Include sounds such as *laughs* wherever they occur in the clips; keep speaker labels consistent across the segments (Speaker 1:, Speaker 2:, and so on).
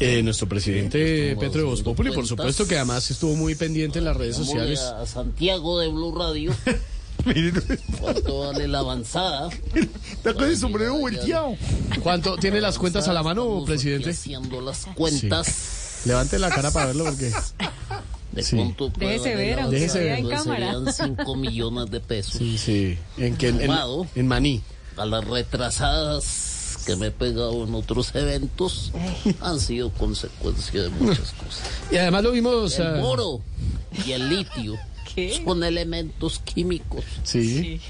Speaker 1: Eh, nuestro presidente Petro de Voz Populi, por supuesto que además estuvo muy pendiente en las redes
Speaker 2: Dámosle
Speaker 1: sociales.
Speaker 2: A Santiago de Blue
Speaker 1: *laughs*
Speaker 2: Radio. ¿Cuánto vale la avanzada?
Speaker 3: Está con el sombrero volteado.
Speaker 1: ¿Cuánto tiene las cuentas a la mano,
Speaker 2: Estamos
Speaker 1: presidente?
Speaker 2: Haciendo las cuentas.
Speaker 1: Levante la cara para verlo porque
Speaker 2: De
Speaker 1: Sí.
Speaker 2: cuánto puede
Speaker 4: Déjese
Speaker 2: valer
Speaker 4: ver,
Speaker 2: la
Speaker 4: aunque
Speaker 1: sea
Speaker 2: avanzada,
Speaker 4: en
Speaker 2: pues
Speaker 4: cámara.
Speaker 2: Serían 5
Speaker 4: *laughs*
Speaker 2: millones de pesos.
Speaker 1: sí, en que en, en-
Speaker 2: Tomado.
Speaker 1: en Maní.
Speaker 2: A las retrasadas que me he pegado en otros eventos han sido consecuencia de muchas cosas.
Speaker 1: *laughs* Y además lo vimos ah,
Speaker 2: El oro y el litio
Speaker 4: *laughs* ¿Qué?
Speaker 2: son elementos químicos
Speaker 1: sí,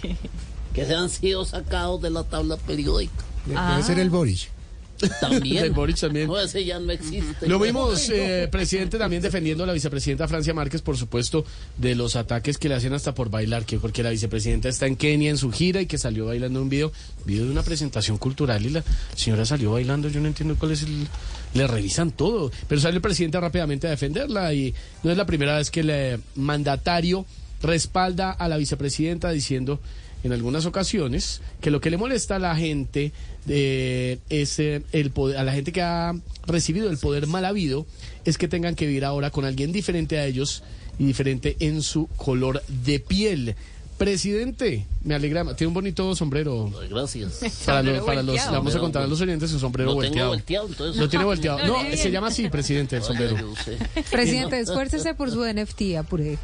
Speaker 2: que se han sido sacados de la tabla periódica.
Speaker 1: *laughs*
Speaker 3: Debe ser el Boris.
Speaker 2: También.
Speaker 1: Del Boric también.
Speaker 2: No, ese ya no existe.
Speaker 1: Lo vimos, eh, presidente, también defendiendo a la vicepresidenta Francia Márquez, por supuesto, de los ataques que le hacen hasta por bailar, que porque la vicepresidenta está en Kenia en su gira y que salió bailando un video, video de una presentación cultural y la señora salió bailando, yo no entiendo cuál es el... Le revisan todo, pero sale el presidente rápidamente a defenderla y no es la primera vez que el eh, mandatario respalda a la vicepresidenta diciendo en algunas ocasiones que lo que le molesta a la gente eh, es eh, el poder, a la gente que ha recibido el poder mal habido es que tengan que vivir ahora con alguien diferente a ellos y diferente en su color de piel. Presidente, me alegra, tiene un bonito sombrero.
Speaker 2: Gracias.
Speaker 1: Para, los-
Speaker 4: Sombrero
Speaker 1: para los, le
Speaker 4: volteado.
Speaker 1: vamos a contar a los oyentes su sombrero
Speaker 2: Lo tengo
Speaker 1: volteado.
Speaker 2: volteado, entonces.
Speaker 1: Lo tiene volteado. *laughs*
Speaker 4: Lo
Speaker 1: No,
Speaker 4: tiene
Speaker 1: se
Speaker 4: bien.
Speaker 1: llama así, presidente, el sombrero. *laughs*
Speaker 2: Ay, yo sé.
Speaker 4: Presidente, esfuércese por su NFT, apure.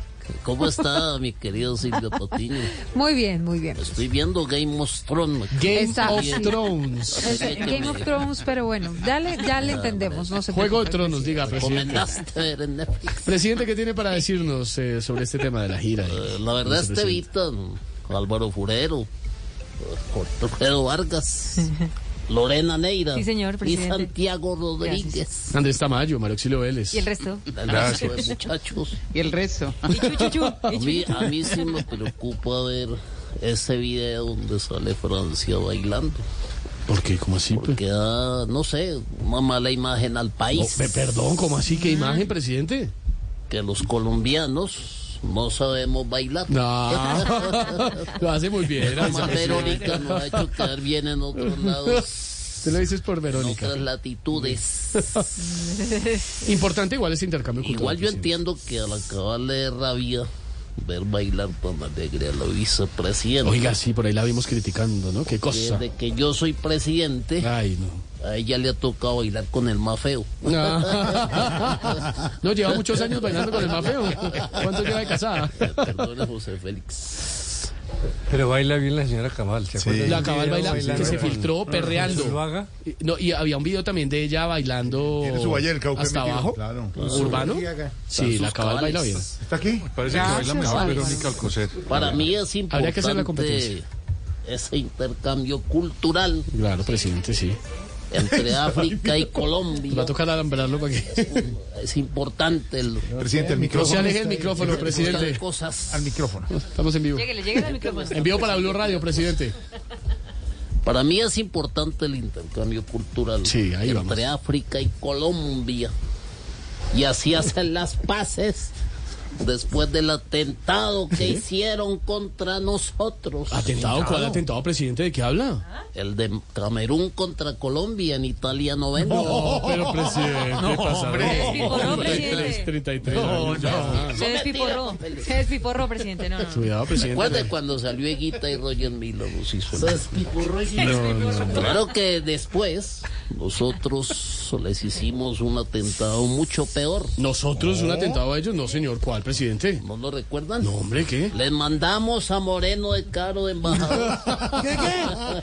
Speaker 2: ¿Cómo está mi querido Silvio Patiño?
Speaker 4: Muy bien, muy bien.
Speaker 2: Estoy viendo Game of Thrones.
Speaker 1: Game
Speaker 4: Exacto.
Speaker 1: of Thrones.
Speaker 4: Es el Game of Thrones, pero bueno, ya le, ya le entendemos. No se
Speaker 1: Juego de
Speaker 4: preocupe,
Speaker 1: Tronos, diga, presidente.
Speaker 2: Recomendaste ver en Netflix.
Speaker 1: Presidente, ¿qué tiene para decirnos eh, sobre este tema de la gira?
Speaker 2: Eh, La verdad es que evitan Álvaro Furero, Alfredo Vargas, Lorena Neira
Speaker 4: Sí, señor,
Speaker 2: y
Speaker 4: presidente.
Speaker 2: Santiago Rodríguez.
Speaker 1: Andrés Tamayo, Mario Auxilio Vélez.
Speaker 4: Y el resto.
Speaker 2: El resto de muchachos.
Speaker 5: Y el resto.
Speaker 4: *laughs* Y chu, chu, chu,
Speaker 2: A
Speaker 4: y chu,
Speaker 2: mí,
Speaker 4: chu, chu.
Speaker 2: a mí sí me preocupa ver ese video donde sale Francia bailando.
Speaker 1: ¿Por qué? ¿Cómo así? pues?
Speaker 2: Porque da, no sé, una mala imagen al
Speaker 1: No,
Speaker 2: país.
Speaker 1: pe- perdón, ¿cómo así?
Speaker 4: Ah.
Speaker 1: ¿Qué imagen, presidente?
Speaker 2: que los colombianos no sabemos bailar. *laughs*
Speaker 1: No, lo hace muy bien. la
Speaker 2: Como
Speaker 1: vicepresidenta.
Speaker 2: Pues, Verónica nos ha hecho quedar bien en
Speaker 1: *laughs*
Speaker 2: otros lados,
Speaker 1: Te lo dices por
Speaker 2: en
Speaker 1: Verónica.
Speaker 2: otras latitudes.
Speaker 1: Importante igual este intercambio cultural.
Speaker 2: Igual yo
Speaker 1: presidente.
Speaker 2: entiendo que al acabarle de rabia, ver bailar tan alegre a la vicepresidenta.
Speaker 1: Oiga, sí, por ahí la vimos criticando, ¿no? Qué cosa.
Speaker 2: Desde que yo soy presidente,
Speaker 1: Ay, no.
Speaker 2: *laughs* a ella le ha tocado bailar con el más feo.
Speaker 1: No. No, lleva muchos años bailando con el mafeo. ¿Cuánto lleva de casada?
Speaker 2: Eh, Perdone, José Félix.
Speaker 6: Pero baila bien la señora Cabal, ¿se acuerdan?
Speaker 1: La cabal baila, que se
Speaker 6: con-
Speaker 1: filtró perreando.
Speaker 6: ¿Lo haga?
Speaker 1: Y- No, y había un video también de ella bailando
Speaker 3: Tiene su valle del Cauca,
Speaker 1: hasta
Speaker 3: mi tío.
Speaker 1: abajo,
Speaker 3: Claro.
Speaker 1: urbano. Sí,
Speaker 2: sus
Speaker 1: la cabal
Speaker 2: cabales.
Speaker 1: baila bien.
Speaker 3: ¿Está aquí?
Speaker 6: Parece que baila
Speaker 4: Ah,
Speaker 6: mejor Verónica Alcocer.
Speaker 2: Para mí es
Speaker 1: Habría que hacer la
Speaker 2: importante
Speaker 1: competencia.
Speaker 2: ese intercambio cultural
Speaker 1: Claro, presidente, sí. *laughs*
Speaker 2: entre África y Colombia.
Speaker 1: Va a tocar alambrarlo para
Speaker 2: *laughs*
Speaker 1: que...
Speaker 2: Es importante el
Speaker 3: Presidente, el
Speaker 1: No se
Speaker 3: micrófono.
Speaker 1: aleje el micrófono,
Speaker 2: buscar
Speaker 1: presidente.
Speaker 2: cosas.
Speaker 3: Al micrófono.
Speaker 1: Estamos en vivo.
Speaker 4: Lléguele, lléguele al micrófono.
Speaker 1: En vivo para Blue Radio, presidente.
Speaker 2: Para mí es importante el intercambio cultural
Speaker 1: Sí, ahí vamos.
Speaker 2: entre África y Colombia. Y así hacen las paces después del atentado que hicieron contra nosotros.
Speaker 1: ¿Atentado? ¿Cuál atentado, presidente? ¿De qué habla?
Speaker 2: El de Camerún contra Colombia en Italia 90. *laughs*
Speaker 1: pero presidente,
Speaker 4: No, presidente.
Speaker 1: 33.
Speaker 4: Se despiporró. Se despiporró, presidente. No, no. no.
Speaker 1: Cuidado, presidente.
Speaker 2: Recuerda cuando salió Higuita y Roger Milo nos hizo el- Claro que después nosotros les hicimos un atentado mucho peor.
Speaker 1: ¿Nosotros un atentado a ellos? No, señor. ¿Cuál, presidente?
Speaker 2: ¿No lo recuerdan?
Speaker 1: No, hombre, ¿qué?
Speaker 2: Les mandamos a Moreno de Caro de
Speaker 3: *laughs*
Speaker 2: embajador.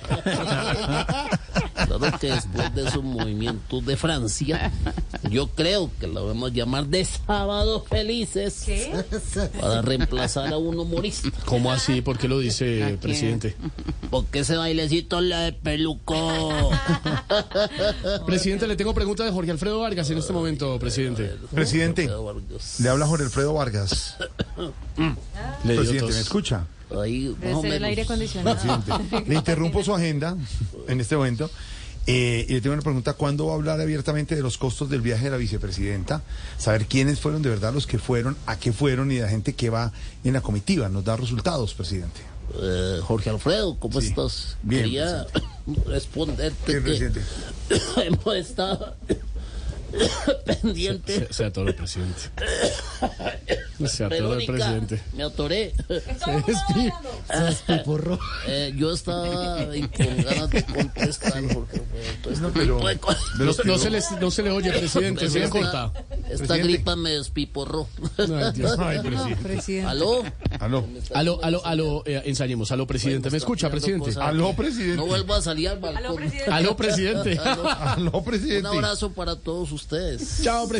Speaker 2: Claro que después de esos movimientos de Francia, yo creo que la vamos a llamar de sábados felices para reemplazar a un humorista.
Speaker 1: ¿Cómo así? ¿Por qué lo dice, presidente?
Speaker 2: Porque ese bailecito la de peluco.
Speaker 1: Presidente, le tengo pregunta de Jorge Alfredo Vargas en este momento, presidente.
Speaker 3: Presidente, le habla Jorge Alfredo Vargas.
Speaker 1: Le dio
Speaker 3: Presidente,
Speaker 1: tos.
Speaker 3: ¿me escucha?
Speaker 2: Ahí, más o
Speaker 4: Debe ser el
Speaker 2: menos.
Speaker 4: aire acondicionado.
Speaker 1: *laughs*
Speaker 3: Presidente, le interrumpo su agenda en este momento. eh, y le tengo una pregunta, ¿cuándo va a hablar abiertamente de los costos del viaje de la vicepresidenta? Saber quiénes fueron de verdad los que fueron, a qué fueron y la gente que va en la comitiva. Nos da resultados, presidente.
Speaker 2: Eh, Jorge Alfredo, ¿cómo estás?
Speaker 3: Bien,
Speaker 2: Quería responderte *coughs*
Speaker 3: Bien,
Speaker 2: que
Speaker 3: presidente.
Speaker 2: *coughs* hemos estado pendiente.
Speaker 1: Se, se atoró el presidente. Se atoró el
Speaker 2: Verónica, *laughs*
Speaker 1: presidente.
Speaker 2: me atoré. *laughs*
Speaker 5: Piporro.
Speaker 2: Eh, yo estaba en- con ganas de contestar porque bueno, todo este
Speaker 3: No, pero-
Speaker 2: tipo de cosas.
Speaker 1: No, se- no se les- no se le oye, presidente. Se le
Speaker 2: Esta-
Speaker 1: corta.
Speaker 2: Esta
Speaker 3: Presidente.
Speaker 2: gripa me despiporró.
Speaker 1: Ay, Dios.
Speaker 2: *laughs*
Speaker 3: Ay, presidente.
Speaker 4: Presidente.
Speaker 2: ¿Aló?
Speaker 3: Aló.
Speaker 1: Aló, aló, aló, eh, ensayemos. Aló, presidente. ¿Me escucha, presidente?
Speaker 3: Aló, presidente.
Speaker 2: No vuelvo a salir al
Speaker 4: Aló,
Speaker 2: *laughs* balcón.
Speaker 4: presidente.
Speaker 1: Aló, presidente.
Speaker 3: Aló,
Speaker 2: Un
Speaker 3: presidente.
Speaker 2: abrazo para todos ustedes.
Speaker 1: Chao, presidente.